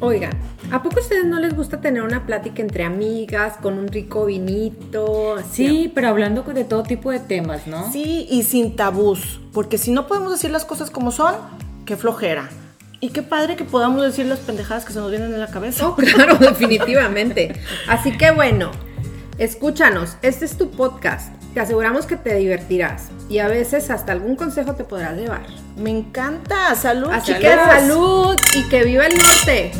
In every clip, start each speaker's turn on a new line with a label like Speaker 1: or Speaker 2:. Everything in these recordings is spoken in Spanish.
Speaker 1: Oigan, ¿a poco a ustedes no les gusta tener una plática entre amigas, con un rico vinito?
Speaker 2: Sí, pero hablando de todo tipo de temas, ¿no?
Speaker 3: Sí, y sin tabús, porque si no podemos decir las cosas como son, qué flojera. Y qué padre que podamos decir las pendejadas que se nos vienen en la cabeza.
Speaker 1: Oh, claro, definitivamente. Así que bueno, escúchanos, este es tu podcast. Te aseguramos que te divertirás y a veces hasta algún consejo te podrás llevar.
Speaker 3: Me encanta, salud.
Speaker 1: Así que Ah, salud y que viva el norte.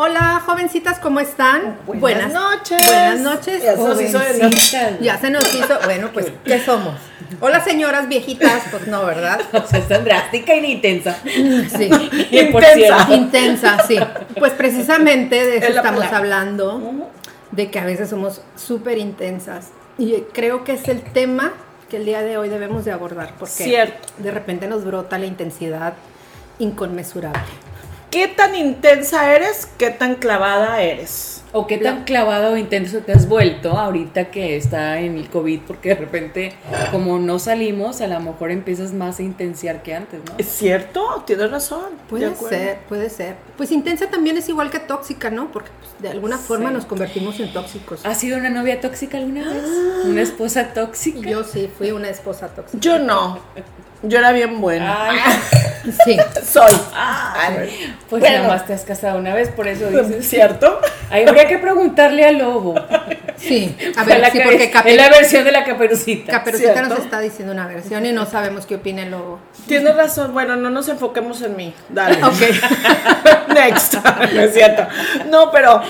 Speaker 1: Hola, jovencitas, ¿cómo están?
Speaker 3: Buenas noches.
Speaker 1: Buenas noches.
Speaker 3: Ya se nos hizo de
Speaker 1: jovencitas. Ya se nos hizo. Bueno, pues, ¿qué somos? Hola, señoras viejitas, pues no, ¿verdad?
Speaker 2: O sea, es tan drástica y ni intensa.
Speaker 1: Sí.
Speaker 2: Y por
Speaker 3: Intensa.
Speaker 2: cierto,
Speaker 1: Intensa, sí. Pues precisamente de eso
Speaker 3: Es la
Speaker 1: estamos
Speaker 3: palabra.
Speaker 1: hablando, de que a veces somos súper intensas. Y creo que es el tema que el día de hoy debemos de abordar, porque
Speaker 3: Cierto.
Speaker 1: de repente nos brota la intensidad inconmensurable.
Speaker 3: ¿Qué tan intensa eres? ¿Qué tan clavada eres?
Speaker 2: ¿O qué tan clavado o intenso te has vuelto ahorita que está en el COVID? Porque de repente, como no salimos, a lo mejor empiezas más a intensiar que antes, ¿no?
Speaker 3: ¿Es cierto? Tienes razón. de
Speaker 1: Puede
Speaker 3: acuerdo.
Speaker 1: ser, puede ser. Pues intensa también es igual que tóxica, ¿no? Porque pues, de alguna forma
Speaker 2: Sí.
Speaker 1: nos convertimos en tóxicos.
Speaker 3: Ah,
Speaker 2: ¿Has sido una novia tóxica alguna vez? ¿Una esposa tóxica?
Speaker 1: Yo sí fui una esposa tóxica.
Speaker 3: Yo no. Yo era bien buena.
Speaker 2: Ay, Ah.
Speaker 1: Sí.
Speaker 3: Soy.
Speaker 2: pues
Speaker 3: Bueno.
Speaker 2: nada más te has casado una vez, por eso
Speaker 3: ¿Es
Speaker 2: dices.
Speaker 3: ¿Cierto?
Speaker 2: Ahí habría que preguntarle al lobo.
Speaker 1: Sí, a
Speaker 2: O sea,
Speaker 1: ver,
Speaker 2: la
Speaker 1: sí,
Speaker 2: que-
Speaker 1: porque
Speaker 2: Es la
Speaker 1: Caperucita,
Speaker 2: versión de la caperucita.
Speaker 1: Caperucita
Speaker 3: ¿Cierto?
Speaker 1: nos está diciendo una versión y no sabemos qué opina el lobo.
Speaker 3: Tienes razón. Bueno, no nos enfoquemos en mí. Dale.
Speaker 1: Ok.
Speaker 3: Next. no es cierto. No, pero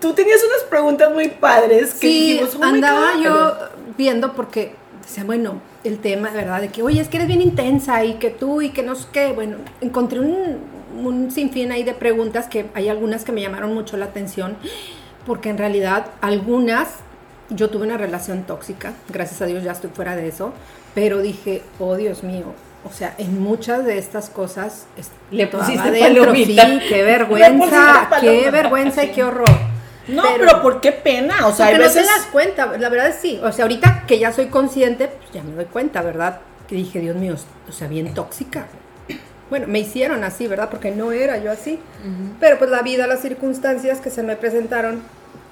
Speaker 3: tú tenías unas preguntas muy padres que
Speaker 1: Sí,
Speaker 3: dijimos, oh my
Speaker 1: andaba
Speaker 3: God.
Speaker 1: yo viendo porque decía, bueno, el tema, ¿verdad? De que, oye, es que eres bien intensa y que tú y que no sé qué. Bueno, encontré un, un sinfín ahí de preguntas que hay algunas que me llamaron mucho la atención porque en realidad algunas, yo tuve una relación tóxica, gracias a Dios ya estoy fuera de eso, pero dije, oh Dios mío. O sea, en muchas de estas cosas es-
Speaker 2: Le
Speaker 1: estaba
Speaker 2: pusiste
Speaker 1: adentro,
Speaker 2: palomita.
Speaker 1: Sí, qué
Speaker 3: pusiste
Speaker 1: vergüenza, qué
Speaker 3: paloma.
Speaker 1: vergüenza y qué horror.
Speaker 3: No, pero, ¿por qué pena? O sea, hay
Speaker 1: Porque
Speaker 3: veces...
Speaker 1: no te das cuenta, la verdad sí. O sea, ahorita que ya soy consciente, pues ya me doy cuenta, ¿verdad? Que dije, Dios mío, o sea, bien tóxica. Bueno, me hicieron así, ¿verdad? Porque no era yo así. Pero pues la vida, las circunstancias que se me presentaron,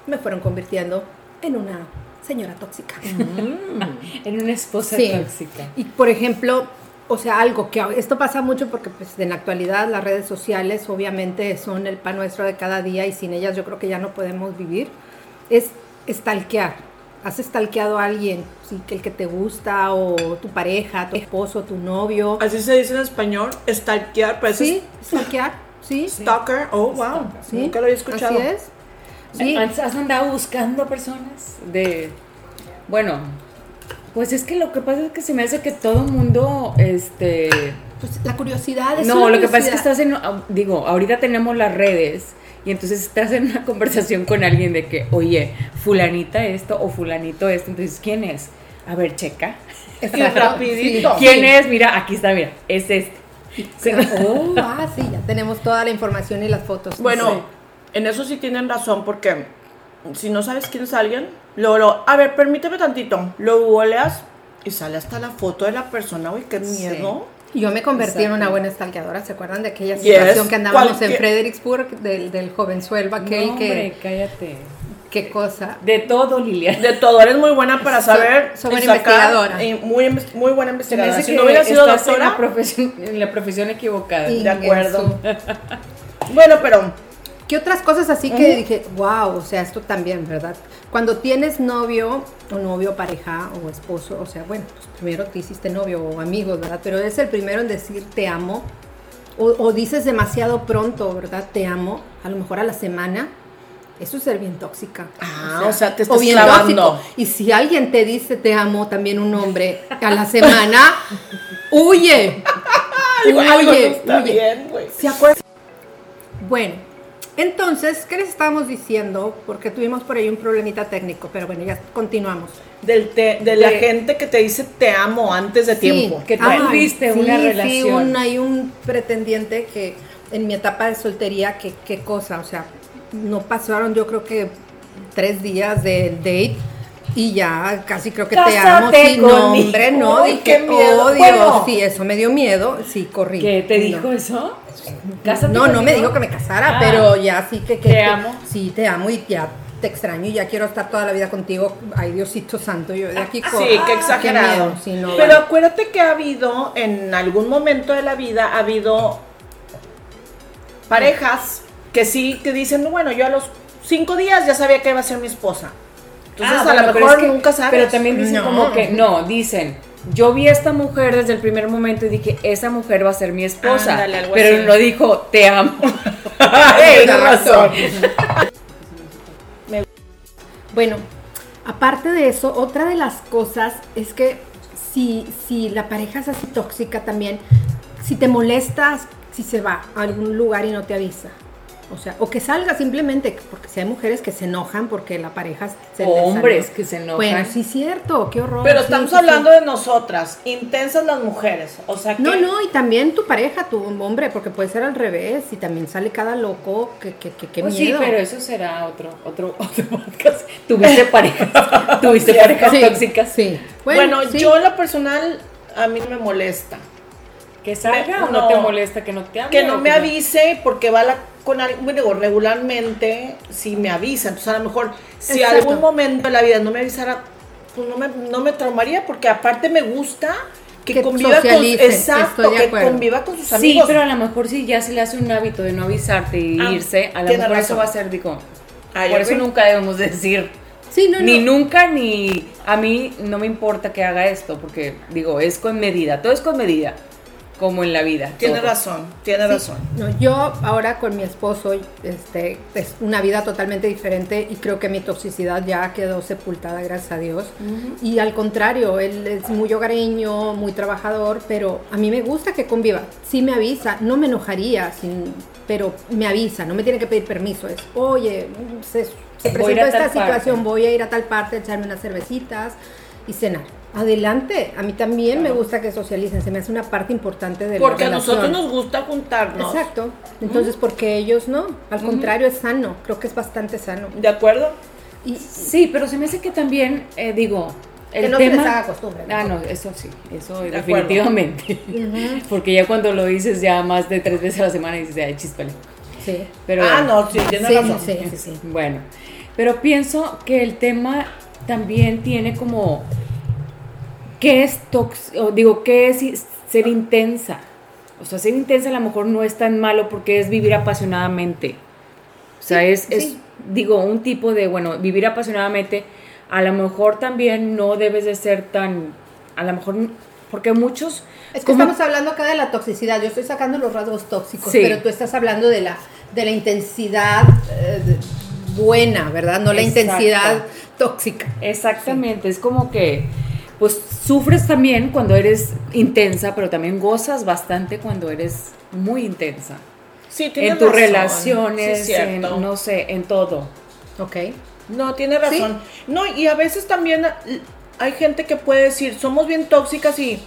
Speaker 1: me fueron convirtiendo en una señora tóxica.
Speaker 2: En una esposa
Speaker 1: Sí.
Speaker 2: tóxica.
Speaker 1: Y por ejemplo, o sea, algo que esto pasa mucho porque pues en la actualidad las redes sociales obviamente son el pan nuestro de cada día y sin ellas yo creo que ya no podemos vivir, es stalkear. Has stalkeado a alguien, sí, que el que te gusta o tu pareja, tu esposo, tu novio.
Speaker 3: Así se dice en español, stalkear, pero eso
Speaker 1: Sí, stalkear, sí.
Speaker 3: es stalker. Oh, wow.
Speaker 1: sí.
Speaker 3: Nunca lo había escuchado.
Speaker 1: Así es. Sí.
Speaker 2: Eh, ¿Has has andado buscando personas de... Bueno, pues es que lo que pasa es que se me hace que todo mundo, este...
Speaker 1: Pues, la curiosidad es
Speaker 2: No,
Speaker 1: una
Speaker 2: lo que pasa es que
Speaker 1: curiosidad.
Speaker 2: estás en... ah, Digo, ahorita tenemos las redes y entonces estás en una conversación con alguien de que, oye, fulanita esto o fulanito esto, entonces, ¿quién es? A ver, checa.
Speaker 3: Y rapidito.
Speaker 1: Sí.
Speaker 2: ¿Quién es? Mira, aquí está, mira, es este. Se-
Speaker 1: Oh, ah, sí, ya tenemos toda la información y las fotos.
Speaker 3: Bueno,
Speaker 1: Sí.
Speaker 3: en eso sí tienen razón, porque si no sabes quién es alguien, luego, luego, a ver, permíteme tantito, lo googleas y sale hasta la foto de la persona, güey, qué
Speaker 2: Sí.
Speaker 3: miedo.
Speaker 1: Yo me convertí en
Speaker 2: Exacto.
Speaker 1: una buena estalqueadora, ¿se acuerdan de aquella
Speaker 3: Yes,
Speaker 1: situación que andábamos en
Speaker 3: cualquier-
Speaker 1: Fredericksburg del, del jovenzuelo aquel
Speaker 2: No, hombre,
Speaker 1: que
Speaker 2: cállate.
Speaker 1: qué cosa?
Speaker 2: De todo, Lilian.
Speaker 3: De todo, eres muy buena para
Speaker 1: So-
Speaker 3: saber.
Speaker 1: soy
Speaker 3: y
Speaker 1: buena
Speaker 3: sacar-
Speaker 1: investigadora.
Speaker 3: y muy, inves- muy buena
Speaker 2: Se me
Speaker 3: investigadora.
Speaker 2: hace
Speaker 3: Si
Speaker 2: que
Speaker 3: no hubiera sido
Speaker 2: estás en la,
Speaker 3: doctora,
Speaker 2: profesión, en la profesión equivocada.
Speaker 1: Y-
Speaker 3: de acuerdo.
Speaker 1: Eso.
Speaker 3: Bueno, pero
Speaker 1: ¿Qué otras cosas así que dije, wow, o sea, esto también, ¿verdad? Cuando tienes novio, o novio, pareja, o esposo, o sea, bueno, pues primero te hiciste novio o amigos, ¿verdad? Pero es el primero en decir te amo, o, o dices demasiado pronto, ¿verdad? Te amo, a lo mejor a la semana. Eso es ser bien tóxica.
Speaker 3: Ah, o sea, te estás clavando.
Speaker 1: tóxico. Y si alguien te dice te amo, también un hombre, a la semana, huye.
Speaker 3: algo, algo no
Speaker 1: huye,
Speaker 3: está
Speaker 1: huye.
Speaker 3: bien, güey.
Speaker 1: ¿Se acuerdan? Bueno, entonces, ¿qué les estábamos diciendo? Porque tuvimos por ahí un problemita técnico, pero bueno, ya continuamos.
Speaker 3: Del te- de la
Speaker 2: De-
Speaker 3: gente que te dice te amo antes de tiempo.
Speaker 2: que tú
Speaker 1: ay,
Speaker 2: tuviste una
Speaker 1: Sí,
Speaker 2: relación.
Speaker 1: un- hay un pretendiente que en mi etapa de soltería, que qué cosa, o sea, no pasaron yo creo que tres días del date y ya casi creo que
Speaker 2: Cásate
Speaker 1: te amo. Sí, no,
Speaker 2: conmigo.
Speaker 1: hombre, no.
Speaker 3: Ay,
Speaker 1: dije,
Speaker 3: qué miedo.
Speaker 1: oh, Dios,
Speaker 3: Bueno.
Speaker 1: sí, eso me dio miedo. Sí, corrí.
Speaker 2: ¿Qué te
Speaker 1: No.
Speaker 2: dijo eso? Cásate
Speaker 1: No, no me
Speaker 2: conmigo.
Speaker 1: dijo que me casara,
Speaker 2: Ah.
Speaker 1: pero ya sí que, que-
Speaker 2: Te
Speaker 1: que-
Speaker 2: amo.
Speaker 1: Sí, te amo y ya te extraño y ya quiero estar toda la vida contigo. Ay, Diosito santo, yo de
Speaker 2: Ah,
Speaker 1: aquí corro.
Speaker 3: Ah, Sí, qué exagerado.
Speaker 1: miedo, sí, no,
Speaker 3: Pero
Speaker 1: vale.
Speaker 3: acuérdate que ha habido, en algún momento de la vida, ha habido parejas que sí, que dicen, bueno, yo a los cinco días ya sabía que iba a ser mi esposa. Entonces,
Speaker 2: Ah,
Speaker 3: a
Speaker 2: bueno,
Speaker 3: lo
Speaker 2: pero
Speaker 3: mejor
Speaker 2: es que-
Speaker 3: nunca sabes.
Speaker 2: Pero también dicen
Speaker 1: No.
Speaker 2: como que, no, dicen, yo vi a esta mujer desde el primer momento y dije, esa mujer va a ser mi esposa.
Speaker 3: Ándale, algo
Speaker 2: pero
Speaker 3: así.
Speaker 2: no dijo, te amo.
Speaker 3: Ey,
Speaker 1: Exacto.
Speaker 3: razón.
Speaker 1: Bueno, aparte de eso, otra de las cosas es que si, si la pareja es así tóxica también, si te molestas, si se va a algún lugar y no te avisa. O sea, o que salga simplemente, porque si hay mujeres que se enojan porque la pareja se
Speaker 2: O
Speaker 1: les
Speaker 2: hombres
Speaker 1: salió.
Speaker 2: que se enojan.
Speaker 1: Bueno, sí, cierto, qué horror.
Speaker 3: Pero
Speaker 1: sí,
Speaker 3: estamos
Speaker 1: sí, sí.
Speaker 3: hablando de nosotras, intensas las mujeres. O sea que.
Speaker 1: No, no, y también tu pareja, tu hombre, porque puede ser al revés y también sale cada loco, que, que, que, que
Speaker 2: Pues sí,
Speaker 1: miedo.
Speaker 2: pero eso será otro, otro, otro podcast. Tuviste parejas, tuviste parejas
Speaker 1: Sí,
Speaker 2: tóxicas.
Speaker 1: Sí.
Speaker 3: Bueno,
Speaker 1: sí.
Speaker 3: yo en lo personal, a mí no me molesta.
Speaker 2: Que salga o
Speaker 3: No.
Speaker 2: no te molesta que no te pues, hable.
Speaker 3: Que
Speaker 2: o
Speaker 3: no me avise porque va la, con algo, bueno, digo, regularmente si me avisa, entonces a lo mejor si
Speaker 1: Exacto.
Speaker 3: algún momento de la vida no me avisara, pues no me, no me traumaría porque aparte me gusta que,
Speaker 1: Que
Speaker 3: conviva con
Speaker 1: socialicen,
Speaker 3: exacto,
Speaker 1: estoy de
Speaker 3: que
Speaker 1: acuerdo.
Speaker 3: conviva con sus
Speaker 2: Sí,
Speaker 3: amigos.
Speaker 2: pero a lo mejor si ya se le hace un hábito de no avisarte y
Speaker 3: Ah,
Speaker 2: irse, a lo
Speaker 3: tiene
Speaker 2: mejor
Speaker 3: razón.
Speaker 2: eso va a ser, digo,
Speaker 3: Ay,
Speaker 2: por
Speaker 3: yo
Speaker 2: eso
Speaker 3: creo-
Speaker 2: nunca debemos decir,
Speaker 1: Sí, no,
Speaker 2: ni
Speaker 1: no.
Speaker 2: nunca, ni a mí no me importa que haga esto, porque digo, es con medida, todo es con medida, como en la vida.
Speaker 3: Tiene
Speaker 2: todo.
Speaker 3: razón, tiene razón.
Speaker 1: No, yo ahora con mi esposo, este, es una vida totalmente diferente y creo que mi toxicidad ya quedó sepultada, gracias a Dios. Y al contrario, él es muy hogareño, muy trabajador, pero a mí me gusta que conviva. Sí me avisa, no me enojaría, sin- pero me avisa, no me tiene que pedir permiso. Es, oye, se, se
Speaker 2: Voy a ir
Speaker 1: presentó
Speaker 2: a
Speaker 1: esta
Speaker 2: tal parte".
Speaker 1: situación, voy a ir a tal parte, a echarme unas cervecitas y cenar. Adelante, a mí también me gusta que socialicen, se me hace una parte importante de la
Speaker 3: Porque a nosotros
Speaker 1: relación.
Speaker 3: nos gusta juntarnos.
Speaker 1: Exacto. Entonces, porque ellos no. Al contrario, es sano. Creo que es bastante sano.
Speaker 3: ¿De acuerdo?
Speaker 1: Y
Speaker 2: Sí, pero se me hace que también, eh, digo, el
Speaker 1: que no se
Speaker 2: tema...
Speaker 1: les haga costumbre.
Speaker 2: Ah, no, eso sí, eso
Speaker 3: De acuerdo.
Speaker 2: definitivamente. Porque ya cuando lo dices ya más de tres veces a la semana dices, ay, chispale.
Speaker 1: Sí.
Speaker 2: Pero
Speaker 3: ah,
Speaker 2: bueno.
Speaker 3: no, sí, tiene
Speaker 1: Sí,
Speaker 3: razón.
Speaker 1: sí, sí, sí.
Speaker 2: Bueno, pero pienso que el tema también tiene como qué es tox- o digo, qué es i- ser intensa. O sea, ser intensa a lo mejor no es tan malo porque es vivir apasionadamente. O sea, es, es,
Speaker 1: sí.
Speaker 2: digo, un tipo de, bueno, vivir apasionadamente, a lo mejor también no debes de ser tan, a lo mejor, n- porque muchos...
Speaker 1: Es que
Speaker 2: como-
Speaker 1: estamos hablando acá de la toxicidad. Yo estoy sacando los rasgos tóxicos,
Speaker 2: Sí.
Speaker 1: pero tú estás hablando de la, de la intensidad eh, de- buena, ¿verdad? No la
Speaker 2: Exacto.
Speaker 1: intensidad tóxica.
Speaker 2: Exactamente, es como que pues sufres también cuando eres intensa, pero también gozas bastante cuando eres muy intensa.
Speaker 3: Sí, tiene
Speaker 2: En tus
Speaker 3: razón.
Speaker 2: relaciones,
Speaker 3: Sí,
Speaker 2: en,
Speaker 3: cierto.
Speaker 2: no sé, en todo.
Speaker 1: Ok.
Speaker 3: No, tiene razón. No, y a veces también l- hay gente que puede decir, somos bien tóxicas y,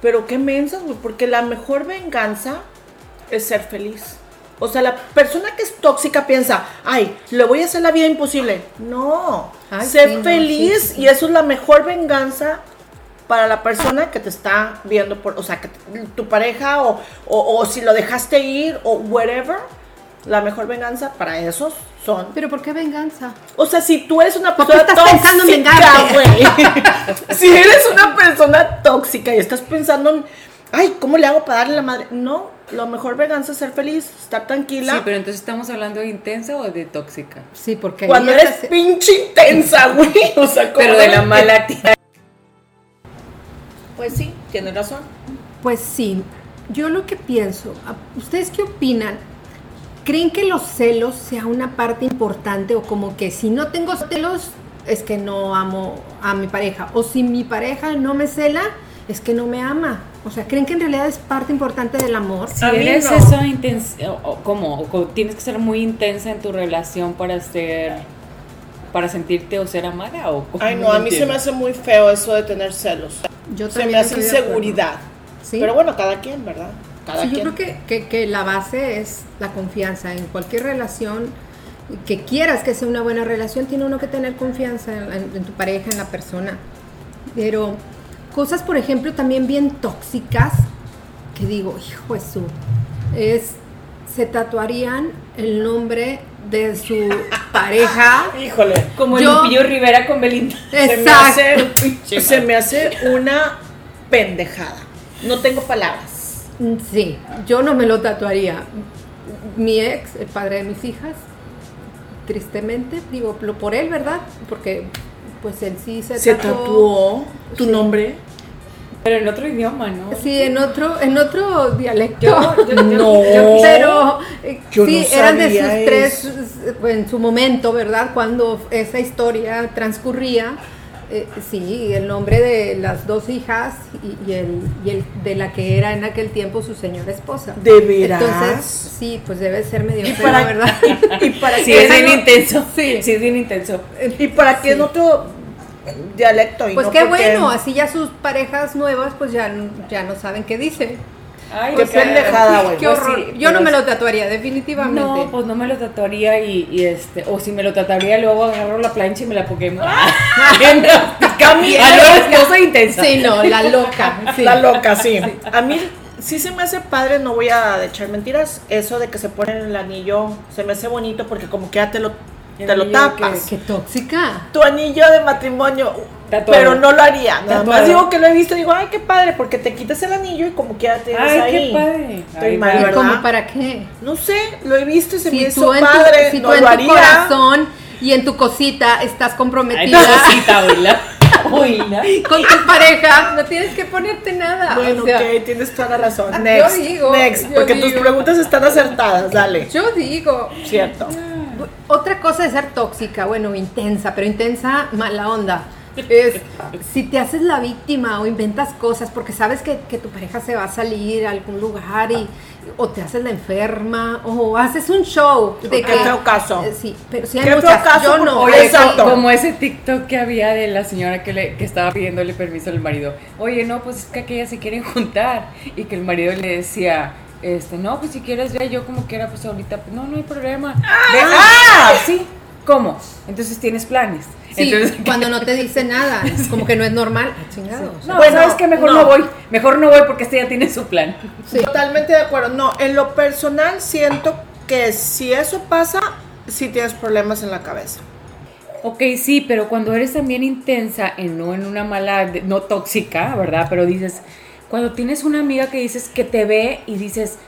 Speaker 3: pero qué mensas, güey, porque la mejor venganza es ser feliz. O sea, la persona que es tóxica piensa, ay, le voy a hacer la vida imposible. No,
Speaker 1: Ay,
Speaker 3: sé
Speaker 1: sí, no, sí,
Speaker 3: feliz
Speaker 1: sí, sí.
Speaker 3: y eso es la mejor venganza para la persona que te está viendo, por, o sea, que t- tu pareja o, o- o si lo dejaste ir o whatever, la mejor venganza para esos son
Speaker 1: Pero ¿por qué venganza?
Speaker 3: o sea, si tú eres una
Speaker 1: ¿Por qué
Speaker 3: persona
Speaker 1: estás pensando en
Speaker 3: tóxica,
Speaker 1: vengarte?
Speaker 3: güey. si eres una persona tóxica y estás pensando en, ay, ¿cómo le hago para darle la madre? No, lo mejor venganza es ser feliz, estar tranquila.
Speaker 2: Sí, pero entonces estamos hablando de intensa o de tóxica.
Speaker 1: Sí, porque ahí
Speaker 3: Cuando
Speaker 1: ya
Speaker 3: eres
Speaker 1: estás-
Speaker 3: pinche intensa, güey. O sea, como
Speaker 2: Pero de la mala actitud.
Speaker 3: Pues sí, tienes razón.
Speaker 1: Pues sí, yo lo que pienso, ¿a- ¿ustedes qué opinan? ¿Creen que los celos sea una parte importante o como que si no tengo celos es que no amo a mi pareja? O si mi pareja no me cela es que no me ama. O sea, ¿creen que en realidad es parte importante del amor?
Speaker 2: Si
Speaker 3: A mí
Speaker 2: eres
Speaker 3: no.
Speaker 2: esa intensa, o- o ¿cómo? O co- ¿Tienes que ser muy intensa en tu relación para ser, para sentirte o ser amada? O, cómo?
Speaker 3: Ay, no, a mí se
Speaker 2: entiendo.
Speaker 3: me hace muy feo eso de tener celos.
Speaker 1: Yo
Speaker 3: Se me
Speaker 1: también
Speaker 3: hace
Speaker 1: estoy de acuerdo.
Speaker 3: inseguridad.
Speaker 1: Sí.
Speaker 3: Pero bueno, cada quien, ¿verdad? Cada
Speaker 1: Sí,
Speaker 3: quien.
Speaker 1: yo creo que, que- que la base es la confianza en cualquier relación que quieras que sea una buena relación, tiene uno que tener confianza en, en- en tu pareja, en la persona. Pero cosas, por ejemplo, también bien tóxicas, que digo, hijo de su, es, se tatuarían el nombre de su pareja.
Speaker 3: Híjole.
Speaker 2: Como
Speaker 1: Yo-
Speaker 2: Lupillo Rivera con Belinda.
Speaker 3: Se me, hace,
Speaker 1: Exacto.
Speaker 2: Pinche
Speaker 3: se
Speaker 2: madre.
Speaker 3: me hace una pendejada. No tengo palabras.
Speaker 1: Mm, Sí, yo no me lo tatuaría. Mi ex, el padre de mis hijas, tristemente, digo, lo por él, ¿verdad? Porque pues él sí se,
Speaker 3: Se tatuó tu nombre.
Speaker 2: Pero en otro idioma, ¿no?
Speaker 1: Sí, en otro, en otro dialecto.
Speaker 2: Yo- yo- yo-
Speaker 3: No.
Speaker 2: yo-
Speaker 1: Pero eh,
Speaker 3: Oh, Yo
Speaker 1: sí,
Speaker 3: no
Speaker 1: eran de sus
Speaker 3: sabía
Speaker 1: tres,
Speaker 3: eso.
Speaker 1: eh, en su momento, ¿verdad? Cuando esa historia transcurría, eh, sí, el nombre de las dos hijas y, y el, y el de la que era en aquel tiempo su señora esposa.
Speaker 3: ¿De veras?
Speaker 1: Entonces, sí, pues debe ser medio feo,
Speaker 3: para-
Speaker 1: ¿verdad?
Speaker 3: Y para
Speaker 2: Sí,
Speaker 3: qué
Speaker 2: es bien
Speaker 3: no-
Speaker 2: intenso.
Speaker 1: Sí.
Speaker 2: es bien intenso.
Speaker 3: ¿Y para qué en otro dialecto? Y
Speaker 1: Pues
Speaker 3: no
Speaker 1: qué
Speaker 3: porque-
Speaker 1: bueno, así ya sus parejas nuevas pues ya, ya no saben qué dicen.
Speaker 2: Ay,
Speaker 3: Qué
Speaker 2: qué
Speaker 3: pendejada, güey.
Speaker 1: Qué
Speaker 2: Pues
Speaker 1: horror.
Speaker 2: sí,
Speaker 1: Yo no me
Speaker 2: pero es-
Speaker 1: lo tatuaría, definitivamente.
Speaker 2: No, pues no me lo tatuaría y, y este, o si me lo tatuaría luego agarro la plancha y me la pokemo.
Speaker 1: Ah.
Speaker 2: Cambia. yo soy intensa.
Speaker 1: Sí, no, la loca. sí.
Speaker 3: La loca, sí. A mí sí se me hace padre, no voy a echar mentiras, eso de que se ponen el anillo, se me hace bonito porque como que ya te lo,
Speaker 2: El
Speaker 3: te lo
Speaker 2: anillo que-
Speaker 3: tapas.
Speaker 1: Qué tóxica.
Speaker 3: Tu anillo de matrimonio,
Speaker 2: Tatuado.
Speaker 3: pero no lo haría. Nada
Speaker 2: Tatuado.
Speaker 3: más digo que lo he visto y digo, ay, qué padre, porque te quitas el anillo y como que ya te ves
Speaker 2: Ay, qué
Speaker 3: ahí.
Speaker 2: padre.
Speaker 3: Estoy
Speaker 2: Ay,
Speaker 3: mal,
Speaker 2: vale.
Speaker 1: ¿Y
Speaker 3: ¿verdad?
Speaker 1: cómo para qué?
Speaker 3: No sé, lo he visto y se me
Speaker 1: Si
Speaker 3: hizo
Speaker 1: tú en tu,
Speaker 3: padre,
Speaker 1: si tú
Speaker 3: no
Speaker 1: en
Speaker 3: lo
Speaker 1: tu
Speaker 3: haría.
Speaker 1: corazón y en tu cosita estás
Speaker 2: Ay,
Speaker 1: comprometida
Speaker 2: cosita, oíla. Oíla.
Speaker 1: con tu pareja, no tienes que ponerte nada.
Speaker 3: Bueno,
Speaker 1: o sea, Ah,
Speaker 3: ok, tienes toda la razón.
Speaker 1: yo
Speaker 3: Next,
Speaker 1: digo,
Speaker 3: next,
Speaker 1: yo
Speaker 3: porque tus
Speaker 1: digo.
Speaker 3: preguntas están acertadas, dale.
Speaker 1: Yo digo,
Speaker 3: Cierto.
Speaker 1: Otra cosa de ser tóxica, bueno, intensa, pero intensa mala onda. Es si te haces la víctima o inventas cosas porque sabes que, que tu pareja se va a salir a algún lugar y o te haces la enferma o haces un show de
Speaker 3: Qué
Speaker 1: que
Speaker 3: feo caso.
Speaker 1: Eh, sí, pero sí hay
Speaker 3: Qué feo
Speaker 1: muchas,
Speaker 3: caso,
Speaker 1: yo
Speaker 3: porque-
Speaker 1: no.
Speaker 3: Oye,
Speaker 1: Hay-
Speaker 3: Exacto.
Speaker 2: co- Como ese TikTok que había de la señora que, le, que estaba pidiéndole permiso al marido. Oye, no, pues es que aquellas se quieren juntar. Y que el marido le decía, este, no, pues si quieres ya yo como quiera, pues ahorita, pues, no, no hay problema. Ve- ¡Ah! Sí, ¿cómo? Entonces tienes planes.
Speaker 1: sí,
Speaker 2: Entonces,
Speaker 1: cuando no te dice nada, como que no es normal, Ah, chingados.
Speaker 2: no, bueno, es que mejor no.
Speaker 3: no.
Speaker 2: voy. Mejor no voy porque este ya tiene su plan.
Speaker 1: Sí.
Speaker 3: Totalmente de acuerdo. No, en lo personal siento que si eso pasa, sí tienes problemas en la cabeza.
Speaker 2: Ok, sí, pero cuando eres también intensa, en, no en una mala, de- no tóxica, ¿verdad? Pero dices, cuando tienes una amiga que dices que te ve y dices,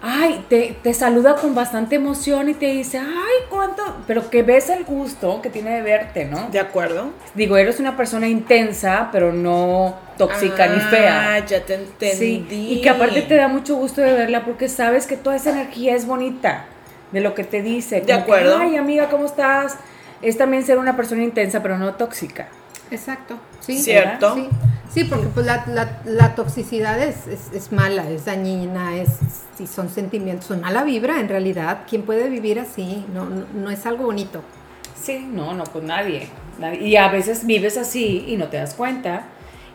Speaker 2: ay, te, te saluda con bastante emoción y te dice, ay, cuánto, pero que ves el gusto que tiene de verte, ¿no?
Speaker 3: ¿De acuerdo?
Speaker 2: Digo, eres una persona intensa, pero no tóxica ni
Speaker 3: Ah,
Speaker 2: fea.
Speaker 3: ya te entendí.
Speaker 2: Sí, y que aparte te da mucho gusto de verla porque sabes que toda esa energía es bonita de lo que te dice.
Speaker 3: De
Speaker 2: como que,
Speaker 3: acuerdo.
Speaker 2: Ay, amiga, ¿cómo estás? Es también ser una persona intensa, pero no tóxica.
Speaker 1: Exacto, sí.
Speaker 3: Cierto.
Speaker 1: Sí, Sí, porque pues la, la- la toxicidad es, es- es mala, es dañina, es, si son sentimientos, son mala vibra en realidad. ¿Quién puede vivir así? No, no, no es algo bonito.
Speaker 2: Sí, no, no, pues nadie. nadie. Y a veces vives así y no te das cuenta.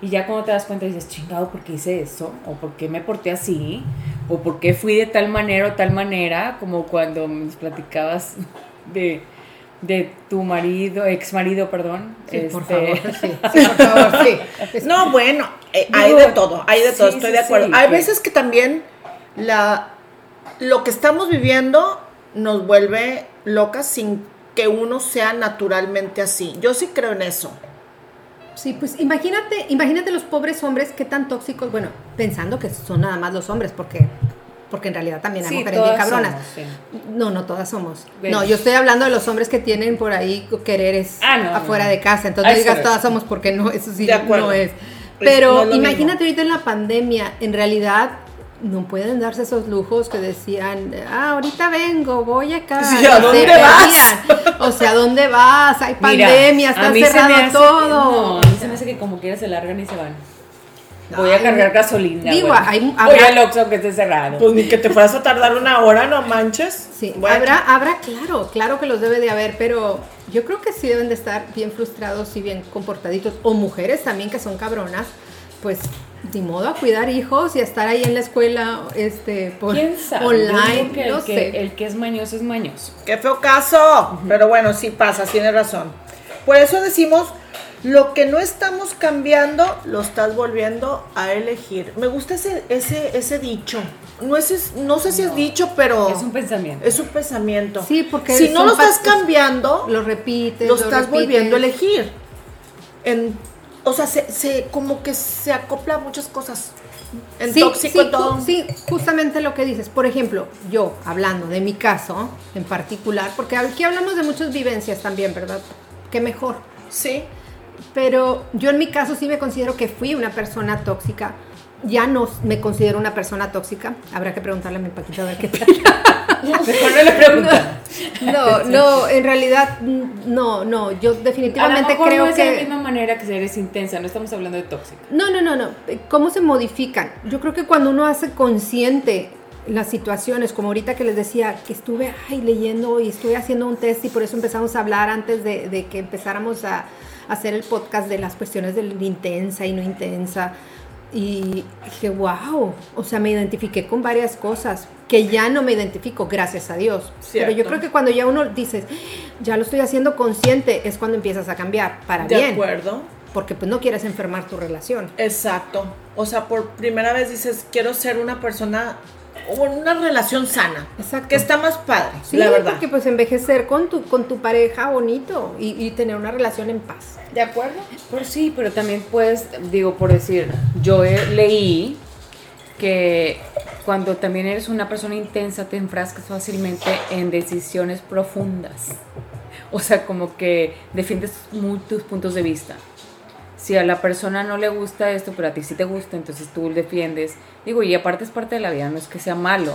Speaker 2: Y ya cuando te das cuenta dices, chingado, ¿por qué hice eso? ¿O por qué me porté así? ¿O por qué fui de tal manera o tal manera? Como cuando nos platicabas de, de tu marido, ex marido, perdón.
Speaker 1: Sí, por
Speaker 2: este,
Speaker 1: favor, sí, sí, por favor, sí. Es-
Speaker 3: No, bueno, eh,
Speaker 2: Digo,
Speaker 3: hay de todo, hay de todo,
Speaker 2: sí,
Speaker 3: estoy
Speaker 2: sí,
Speaker 3: de acuerdo.
Speaker 2: sí,
Speaker 3: hay
Speaker 2: que-
Speaker 3: veces que también la, lo que estamos viviendo nos vuelve locas sin que uno sea naturalmente así. Yo sí creo en eso.
Speaker 1: Sí, pues imagínate, imagínate los pobres hombres que tan tóxicos, bueno, pensando que son nada más los hombres, porque, porque en realidad también hay
Speaker 2: Sí,
Speaker 1: mujeres bien
Speaker 2: todas
Speaker 1: cabronas.
Speaker 2: somos,
Speaker 1: No, no todas somos.
Speaker 2: Bueno.
Speaker 1: No, yo estoy hablando de los hombres que tienen por ahí quereres
Speaker 2: Ah, no,
Speaker 1: afuera
Speaker 2: no.
Speaker 1: de casa. Entonces
Speaker 2: Ah,
Speaker 1: no
Speaker 2: eso
Speaker 1: digas
Speaker 2: es.
Speaker 1: todas somos porque no, eso sí
Speaker 3: De acuerdo.
Speaker 1: no es.
Speaker 3: Pues, no
Speaker 1: Pero
Speaker 3: es lo
Speaker 1: imagínate
Speaker 3: mismo.
Speaker 1: ahorita en la pandemia, en realidad no pueden darse esos lujos que decían, ah, ahorita vengo, voy acá.
Speaker 3: Sí,
Speaker 1: No
Speaker 3: ¿a
Speaker 1: sé,
Speaker 3: dónde
Speaker 1: pedían.
Speaker 3: vas?
Speaker 1: O sea, ¿a dónde vas? Hay
Speaker 2: Mira,
Speaker 1: pandemia,
Speaker 2: a
Speaker 1: está
Speaker 2: mí se me
Speaker 1: cerrado
Speaker 2: hace-
Speaker 1: todo.
Speaker 2: no, a mí se me hace que como quiera se largan y se van. Voy a
Speaker 1: Ay,
Speaker 2: cargar gasolina.
Speaker 1: digo,
Speaker 2: güey.
Speaker 1: hay-
Speaker 2: Voy
Speaker 1: habrá-
Speaker 2: al Oxxo que esté cerrado.
Speaker 3: Pues ni que te fueras a tardar una hora, no manches.
Speaker 1: Sí,
Speaker 3: Bueno.
Speaker 1: habrá, habrá, claro, claro que los debe de haber, pero yo creo que sí deben de estar bien frustrados y bien comportaditos, o mujeres también que son cabronas, pues ni modo a cuidar hijos y a estar ahí en la escuela este por
Speaker 2: Pues, ¿Quién sabe? Yo digo que
Speaker 1: online,
Speaker 2: el
Speaker 1: no
Speaker 2: que-
Speaker 1: sé.
Speaker 2: el que es mañoso es mañoso.
Speaker 3: Qué feo caso. Pero bueno, sí pasa, tiene razón. Por eso decimos, lo que no estamos cambiando, lo estás volviendo a elegir. Me gusta ese, ese, ese dicho. No, es- es, no sé si es dicho, pero
Speaker 2: Es un pensamiento.
Speaker 3: es un pensamiento.
Speaker 1: Sí, porque
Speaker 3: si no
Speaker 1: son
Speaker 3: lo estás
Speaker 1: fáciles.
Speaker 3: cambiando,
Speaker 1: lo repites,
Speaker 3: lo estás
Speaker 1: repites.
Speaker 3: volviendo a elegir. En, o sea, se, se- como que se acopla a muchas cosas. En
Speaker 1: sí,
Speaker 3: tóxico,
Speaker 1: sí,
Speaker 3: en todo.
Speaker 1: ju- sí, justamente lo que dices. Por ejemplo, yo hablando de mi caso en particular, porque aquí hablamos de muchas vivencias también, ¿verdad? Qué mejor.
Speaker 3: Sí.
Speaker 1: Pero yo en mi caso sí me considero que fui una persona tóxica. Ya no me considero una persona tóxica. Habrá que preguntarle a mi paquita a ver qué tal.
Speaker 2: Mejor no le pregunta.
Speaker 1: No, no, en realidad mm, no, no. Yo
Speaker 2: A lo
Speaker 1: definitivamente
Speaker 2: mejor
Speaker 1: creo
Speaker 2: no es
Speaker 1: que
Speaker 2: de la misma manera que eres intensa, no estamos hablando de tóxica.
Speaker 1: No, no, no, no. Eh, ¿Cómo se modifican? Yo creo que cuando uno hace consciente las situaciones, como ahorita que les decía, que estuve ay, leyendo y estuve haciendo un test y por eso empezamos a hablar antes de, de que empezáramos a, a hacer el podcast de las cuestiones del intensa y no intensa. Y dije, wow, o sea, me identifiqué con varias cosas que ya no me identifico, gracias a Dios. Pero yo
Speaker 3: Cierto.
Speaker 1: creo que cuando ya uno dices, ya lo estoy haciendo consciente, es cuando empiezas a cambiar para
Speaker 3: De
Speaker 1: bien.
Speaker 3: acuerdo.
Speaker 1: Porque pues no quieres enfermar tu relación.
Speaker 3: Exacto. O sea, por primera vez dices, quiero ser una persona o una relación sana.
Speaker 1: Exacto.
Speaker 3: Que está más padre,
Speaker 1: Sí,
Speaker 3: la verdad.
Speaker 1: porque pues envejecer con tu, con tu pareja bonito y, y tener una relación en paz.
Speaker 3: ¿De acuerdo?
Speaker 2: Pero sí, pero también puedes, digo, por decir, yo he- leí que cuando también eres una persona intensa te enfrascas fácilmente en decisiones profundas. O sea, como que defiendes muy tus puntos de vista. Si a la persona no le gusta esto, pero a ti sí te gusta, entonces tú defiendes. Digo, y aparte es parte de la vida, no es que sea malo,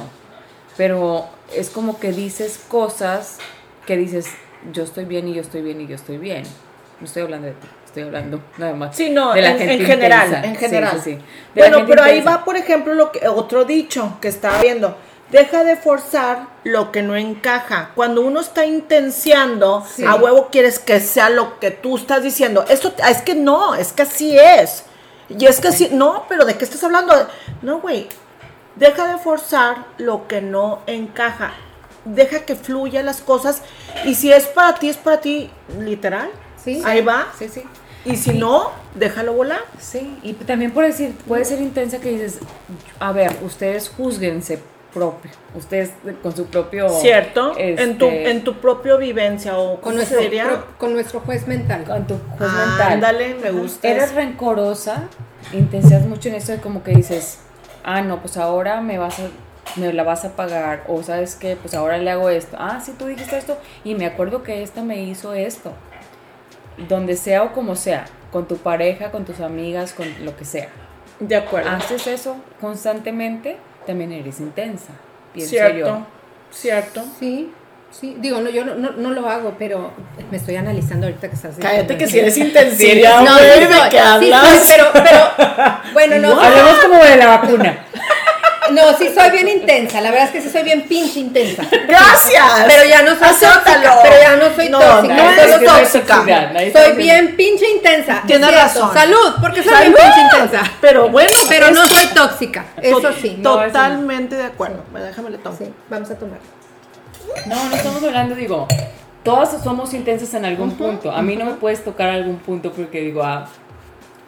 Speaker 2: pero es como que dices cosas que dices, yo estoy bien y yo estoy bien y yo estoy bien. No estoy hablando de ti, estoy hablando nada más.
Speaker 3: Sí, no,
Speaker 2: de la
Speaker 3: en,
Speaker 2: gente
Speaker 3: en general,
Speaker 2: intensa.
Speaker 3: en
Speaker 2: Sí,
Speaker 3: general.
Speaker 2: sí, sí. De la
Speaker 3: Bueno,
Speaker 2: gente
Speaker 3: pero ahí
Speaker 2: intensa.
Speaker 3: va, por ejemplo, lo que otro dicho que estaba viendo. Deja de forzar lo que no encaja. Cuando uno está intenseando,
Speaker 2: Sí.
Speaker 3: a huevo quieres que sea lo que tú estás diciendo. Esto es que no, es que así es. Y es que así, no, pero ¿de qué estás hablando? No, güey. Deja de forzar lo que no encaja. Deja que fluya las cosas. Y si es para ti, es para ti, literal.
Speaker 1: Sí.
Speaker 3: Ahí va.
Speaker 2: Sí, sí.
Speaker 3: Y si no, déjalo volar.
Speaker 2: Sí, y también por decir, puede ser intensa que dices, a ver, ustedes juzguense propio, ustedes con su propio...
Speaker 3: Cierto, en, tu,
Speaker 2: este,
Speaker 3: en tu propio vivencia o
Speaker 1: Con
Speaker 3: ¿cómo se
Speaker 1: nuestro,
Speaker 3: diría?
Speaker 1: pro- con nuestro juez mental.
Speaker 2: con tu juez
Speaker 3: Ah,
Speaker 2: mental.
Speaker 3: Ándale, me gusta.
Speaker 2: Eres
Speaker 3: eso.
Speaker 2: rencorosa, intensas mucho en eso de como que dices, ah, no, pues ahora me vas a me la vas a pagar o sabes qué, pues ahora le hago esto. Ah, sí, tú dijiste esto y me acuerdo que esta me hizo esto. Donde sea o como sea, con tu pareja, con tus amigas, con lo que sea.
Speaker 3: De acuerdo.
Speaker 2: haces eso constantemente, también eres intensa, pienso
Speaker 3: cierto,
Speaker 2: yo.
Speaker 3: cierto.
Speaker 1: Sí, sí. Digo, no, yo no, no, no lo hago, pero me estoy analizando ahorita que estás diciendo
Speaker 3: Cállate que
Speaker 1: eso.
Speaker 3: si eres intensidad,
Speaker 1: No, no,
Speaker 3: güey,
Speaker 1: no,
Speaker 3: ¿de
Speaker 1: sí,
Speaker 3: qué hablas?
Speaker 1: soy, pero, pero, bueno, no,
Speaker 2: Hablemos como de la vacuna.
Speaker 1: no, sí soy bien intensa, la verdad es que sí soy bien pinche intensa.
Speaker 3: Gracias.
Speaker 1: Pero ya no soy tóxica, pero ya no soy tóxica,
Speaker 3: No,
Speaker 1: no
Speaker 3: eres
Speaker 1: soy
Speaker 3: tóxica.
Speaker 2: tóxica. Ahí está
Speaker 1: Soy
Speaker 2: bien.
Speaker 1: bien pinche intensa.
Speaker 3: Tienes
Speaker 1: Cierto.
Speaker 3: razón.
Speaker 1: Salud, porque soy bien
Speaker 3: ¡Salud!
Speaker 1: pinche intensa.
Speaker 3: Pero bueno,
Speaker 1: Pero no
Speaker 3: esto-
Speaker 1: soy tóxica, eso
Speaker 3: to-
Speaker 1: sí.
Speaker 2: no, eso
Speaker 3: Totalmente de acuerdo. Bueno, déjame le tomo.
Speaker 1: Sí, vamos a tomar.
Speaker 2: No, no estamos hablando, digo, todas somos intensas en algún punto. A mí no me puedes tocar algún punto porque digo, ah,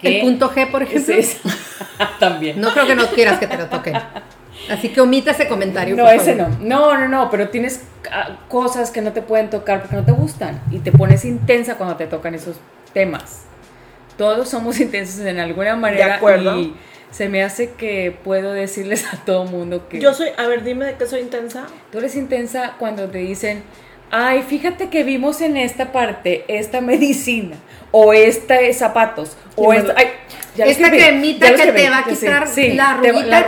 Speaker 1: El punto G, por
Speaker 2: es
Speaker 1: ejemplo.
Speaker 2: eso? también.
Speaker 1: No creo que no quieras que te lo toquen. Así que omita ese comentario.
Speaker 2: No,
Speaker 1: por
Speaker 2: ese no.
Speaker 1: favor.
Speaker 2: No, no, no, pero tienes ah, cosas que no te pueden tocar porque no te gustan y te pones intensa cuando te tocan esos temas. Todos somos intensos en alguna manera
Speaker 3: acuerdo.
Speaker 2: y se me hace que puedo decirles a todo mundo que
Speaker 3: Yo soy, a ver, dime de qué soy intensa.
Speaker 2: tú eres intensa cuando te dicen, "Ay, fíjate que vimos en esta parte esta medicina o esta de zapatos o
Speaker 1: Y
Speaker 2: esta
Speaker 1: bueno,
Speaker 2: ay, ya lo
Speaker 1: Esta
Speaker 2: escribí, ya
Speaker 1: cremita
Speaker 2: lo
Speaker 1: que
Speaker 2: escribí,
Speaker 1: te va a
Speaker 2: ya sé.
Speaker 1: quitar
Speaker 2: Sí,
Speaker 1: la
Speaker 2: te va-
Speaker 1: arruguita chiquita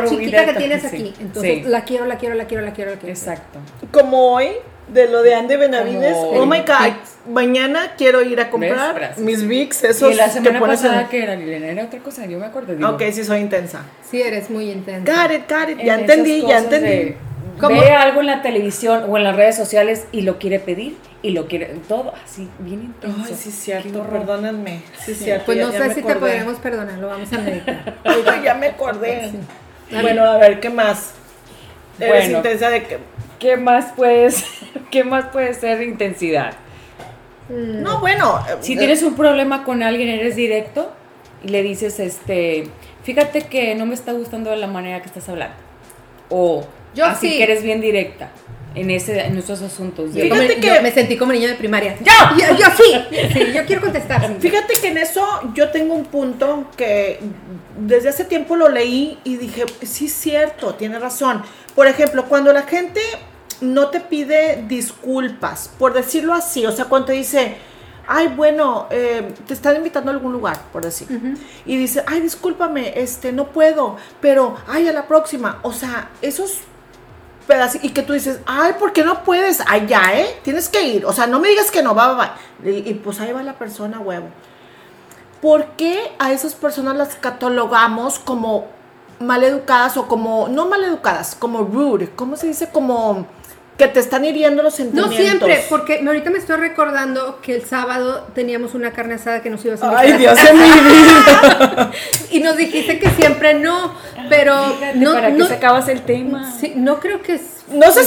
Speaker 2: arruguita
Speaker 1: que
Speaker 2: tam-
Speaker 1: tienes
Speaker 2: sí,
Speaker 1: aquí. Entonces,
Speaker 2: sí,
Speaker 1: la quiero, la quiero, la quiero, la quiero, la quiero.
Speaker 2: exacto.
Speaker 3: Como hoy, de lo de Andy Benavides.
Speaker 2: Como-
Speaker 3: Oh my God. Mañana quiero ir a comprar
Speaker 2: Frases.
Speaker 3: mis VIX, esos
Speaker 2: y la
Speaker 3: que
Speaker 2: semana
Speaker 3: pones en-
Speaker 2: pasada que era Liliana era otra cosa, yo me acuerdo. digo,
Speaker 3: Ok, sí soy intensa.
Speaker 1: Sí, eres muy intensa.
Speaker 3: Got it, got it.
Speaker 2: en
Speaker 3: Ya
Speaker 2: esas
Speaker 3: entendí, ya
Speaker 2: cosas
Speaker 3: entendí.
Speaker 2: de-
Speaker 1: ¿Cómo?
Speaker 2: Ve algo en la televisión o en las redes sociales y lo quiere pedir y lo quiere todo así, bien intenso.
Speaker 3: Ay, sí es
Speaker 2: Qué
Speaker 3: cierto,
Speaker 2: horror.
Speaker 3: perdónenme. Sí es cierto.
Speaker 1: Pues
Speaker 3: ya-
Speaker 1: no
Speaker 3: ya
Speaker 1: sé si
Speaker 3: me
Speaker 1: te
Speaker 3: acordé.
Speaker 1: podremos perdonar, lo vamos a meditar.
Speaker 3: Ay, ya me acordé.
Speaker 1: Sí.
Speaker 3: Bueno, a ver, ¿qué más? Eres
Speaker 2: Bueno.
Speaker 3: intensa de que...
Speaker 2: ¿Qué más puedes, qué más puede ser intensidad?
Speaker 1: Mm.
Speaker 3: No, bueno. eh,
Speaker 2: Si
Speaker 3: eh,
Speaker 2: tienes un problema con alguien, eres directo y le dices, este, fíjate que no me está gustando la manera que estás hablando. O
Speaker 1: Yo
Speaker 2: así
Speaker 1: sí.
Speaker 2: que eres bien directa en ese, en esos asuntos.
Speaker 1: Yo
Speaker 2: de-
Speaker 3: Fíjate
Speaker 1: como-
Speaker 3: que-
Speaker 1: yo me sentí como niña de primaria.
Speaker 2: ¡Yo!
Speaker 1: Yo, yo sí, sí, yo quiero contestar.
Speaker 3: Fíjate que en eso yo tengo un punto que desde hace tiempo lo leí y dije, sí es cierto, tiene razón. Por ejemplo, cuando la gente no te pide disculpas, por decirlo así, o sea, cuando te dice, ay, bueno, eh, te están invitando a algún lugar, por decir, y dice, ay, discúlpame, este, no puedo, pero, ay, a la próxima, o sea, esos pedazo- y que tú dices, ay, ¿por qué no puedes? Allá, ¿eh? Tienes que ir. O sea, no me digas que no, va, va, va. Y, y pues ahí va la persona, huevo. ¿Por qué a esas personas las catalogamos como maleducadas o como, no maleducadas, como rude? ¿Cómo se dice? Como que te están hiriendo los
Speaker 1: No
Speaker 3: sentimientos.
Speaker 1: siempre, porque me- ahorita me estoy recordando que el sábado teníamos una carne asada que nos ibas a invitar.
Speaker 3: Ay, Dios de mi vida.
Speaker 1: Y nos dijiste que siempre no,
Speaker 3: Ah,
Speaker 1: pero
Speaker 2: Fíjate,
Speaker 1: no,
Speaker 2: para que
Speaker 1: no,
Speaker 2: sacabas el tema.
Speaker 1: sí, no creo que es-
Speaker 3: No se
Speaker 1: te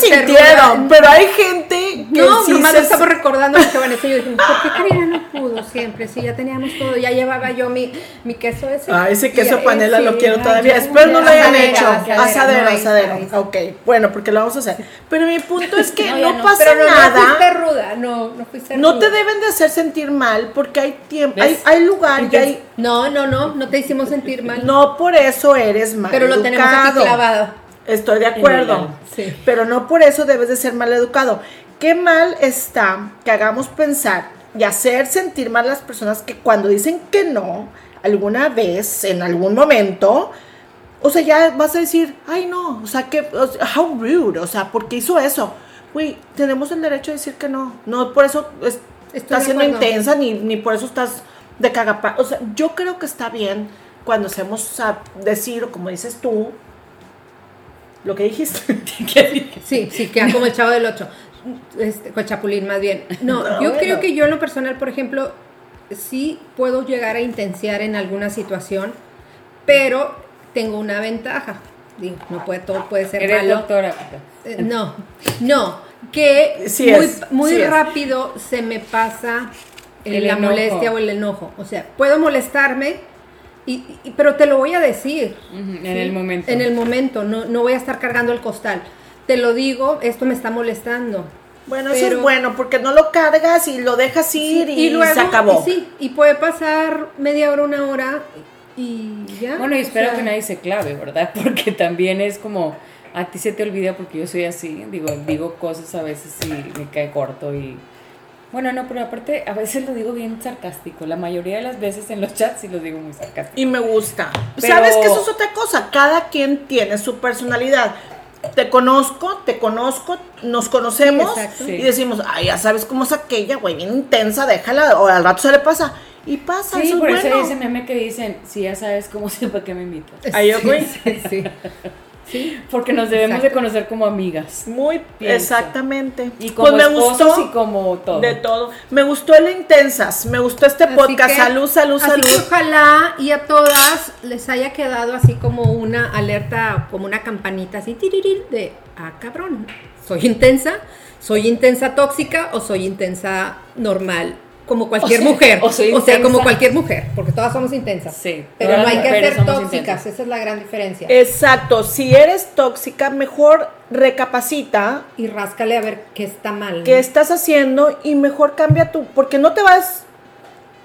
Speaker 1: ruda-
Speaker 3: sintieron, pero hay gente que
Speaker 1: No,
Speaker 3: sí
Speaker 1: nomás
Speaker 3: se-
Speaker 1: lo estamos recordando que Vanessa y yo dijimos, ¿por qué Karina no pudo siempre? Si ya teníamos todo, ya llevaba yo mi, mi queso ese.
Speaker 3: Ah, ese queso
Speaker 1: Y-
Speaker 3: panela
Speaker 1: eh,
Speaker 3: lo
Speaker 1: sí,
Speaker 3: quiero
Speaker 1: ay,
Speaker 3: todavía.
Speaker 1: yo-
Speaker 3: Espero no lo hayan
Speaker 1: Asadera,
Speaker 3: hecho.
Speaker 1: asadera,
Speaker 3: Asadero,
Speaker 1: no, ahí está,
Speaker 3: asadero.
Speaker 1: ahí está.
Speaker 3: Ok, bueno, porque lo vamos a hacer. Pero mi punto es que no,
Speaker 2: ya no,
Speaker 3: pasa
Speaker 1: Pero no, no fuiste
Speaker 3: nada.
Speaker 1: ruda, no, no fuiste
Speaker 3: No
Speaker 1: ruda.
Speaker 3: te deben de hacer sentir mal porque hay tiempo, hay,
Speaker 2: ¿Ves?
Speaker 3: hay lugar y hay...
Speaker 1: No, no, no, no te hicimos sentir mal.
Speaker 3: No por eso eres mal
Speaker 1: pero lo tenemos aquí clavado.
Speaker 3: Estoy de acuerdo.
Speaker 2: Enrollado.
Speaker 1: Sí.
Speaker 3: Pero no por eso debes de ser mal educado. Qué mal está que hagamos pensar y hacer sentir mal a las personas que cuando dicen que no, alguna vez, en algún momento, o sea, ya vas a decir, ay no, o sea, que, o sea, how rude, o sea, ¿por qué hizo eso? Güey, tenemos el derecho de decir que no. No por eso es-
Speaker 1: de
Speaker 3: estás siendo
Speaker 1: acuerdo.
Speaker 3: intensa, ni, ni por eso estás de cagapa. O sea, yo creo que está bien cuando hacemos sa- decir, o como dices tú, lo que dijiste.
Speaker 1: Sí, sí, queda como el chavo del 8. Este, con Chapulín, más bien. No,
Speaker 3: No,
Speaker 1: yo
Speaker 3: bueno.
Speaker 1: creo que yo en lo personal, por ejemplo, sí puedo llegar a intensiar en alguna situación, pero tengo una ventaja. Digo, no puede, todo puede ser
Speaker 2: Eres
Speaker 1: malo.
Speaker 2: doctora.
Speaker 1: Eh, no, no, que
Speaker 3: Sí
Speaker 1: muy,
Speaker 3: es,
Speaker 1: muy
Speaker 3: sí es.
Speaker 1: rápido se me pasa eh,
Speaker 2: El
Speaker 1: la
Speaker 2: enojo.
Speaker 1: molestia o el enojo. O sea, puedo molestarme, y- y- pero te lo voy a decir.
Speaker 2: Ujú, En el momento.
Speaker 1: En el momento, no, no voy a estar cargando el costal. Te lo digo, esto me está molestando.
Speaker 3: Bueno, eso
Speaker 1: Pero-
Speaker 3: es bueno, porque no lo cargas y lo dejas ir y,
Speaker 1: y luego,
Speaker 3: se acabó.
Speaker 1: y sí, y puede pasar media hora, una hora y ya.
Speaker 2: Bueno, y
Speaker 1: o
Speaker 2: espero
Speaker 1: sea,
Speaker 2: que nadie se clave, ¿verdad? Porque también es como, a ti se te olvida porque yo soy así, digo, digo cosas a veces y me cae corto y... Bueno, no, pero aparte a veces lo digo bien sarcástico, la mayoría de las veces en los chats sí los digo muy sarcástico.
Speaker 3: Y me gusta.
Speaker 2: Pero-
Speaker 3: ¿Sabes que eso es otra cosa? Cada quien tiene su personalidad. Te conozco, te conozco, nos conocemos
Speaker 1: Sí, exacto.
Speaker 3: y decimos, ay, ya sabes cómo es aquella, güey, bien intensa, déjala, o al rato se le pasa. Y pasa,
Speaker 2: Sí,
Speaker 3: eso es
Speaker 2: por eso
Speaker 3: bueno.
Speaker 2: hay ese meme que dicen, si ya sabes cómo sé para qué me invitas.
Speaker 3: Ay, yo, güey.
Speaker 1: sí, sí, sí.
Speaker 2: Porque nos debemos de
Speaker 1: Exacto.
Speaker 2: conocer como amigas.
Speaker 3: Muy
Speaker 2: Pienso.
Speaker 3: exactamente.
Speaker 2: Y como
Speaker 3: pues me
Speaker 2: esposos
Speaker 3: gustó
Speaker 2: y como todo.
Speaker 3: de todo. Me gustó el intensas, me gustó este
Speaker 1: Así
Speaker 3: podcast.
Speaker 1: que-
Speaker 3: salud, salud,
Speaker 1: así
Speaker 3: salud.
Speaker 1: que ojalá y a todas les haya quedado así como una alerta, como una campanita así tiririr, de, ah, cabrón, soy intensa, soy intensa tóxica o soy intensa normal, como cualquier
Speaker 2: O sea,
Speaker 1: mujer.
Speaker 2: o soy
Speaker 1: sea, como
Speaker 2: intensa.
Speaker 1: cualquier mujer, porque todas somos intensas.
Speaker 2: Sí,
Speaker 1: Pero
Speaker 2: todas
Speaker 1: no hay
Speaker 2: las
Speaker 1: que
Speaker 2: mujeres
Speaker 1: ser
Speaker 2: somos
Speaker 1: tóxicas,
Speaker 2: intensas. Eh,
Speaker 1: esa es la gran diferencia.
Speaker 3: Exacto, si eres tóxica, mejor recapacita
Speaker 1: y ráscale a ver qué está mal.
Speaker 3: qué estás haciendo y mejor cambia tú, porque no te vas,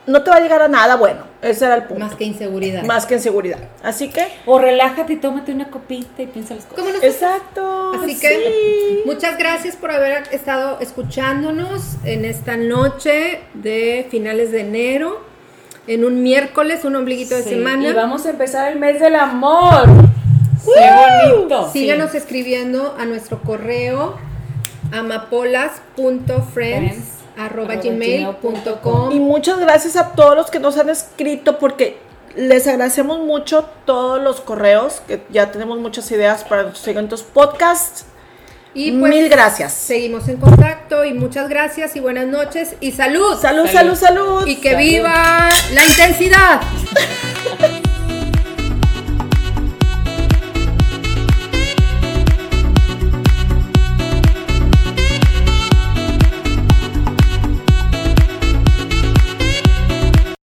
Speaker 3: no te va a llegar a nada bueno. Ese era el punto.
Speaker 1: Más
Speaker 3: Más
Speaker 1: que inseguridad.
Speaker 3: que, inseguridad. Así que,
Speaker 2: O relájate y tómate una copita y piensa las cosas.
Speaker 1: ¿Cómo nos
Speaker 3: exacto.
Speaker 1: Así
Speaker 3: Ah, sí.
Speaker 1: que muchas gracias por haber estado escuchándonos en esta noche de finales de enero, en un miércoles, un ombliguito de
Speaker 2: Sí,
Speaker 1: semana.
Speaker 2: Y vamos a empezar el mes del amor. ¡Qué bonito!
Speaker 1: Síganos escribiendo a nuestro correo
Speaker 2: Friends,
Speaker 1: amapolas.friends.gmail.com
Speaker 3: Y muchas gracias a todos los que nos han escrito porque les agradecemos mucho todos los correos, que ya tenemos muchas ideas para los siguientes podcasts.
Speaker 1: Y pues,
Speaker 3: Mil gracias.
Speaker 1: Seguimos en contacto y muchas gracias y buenas noches y salud.
Speaker 3: Salud, salud, salud.
Speaker 1: Y que viva la intensidad.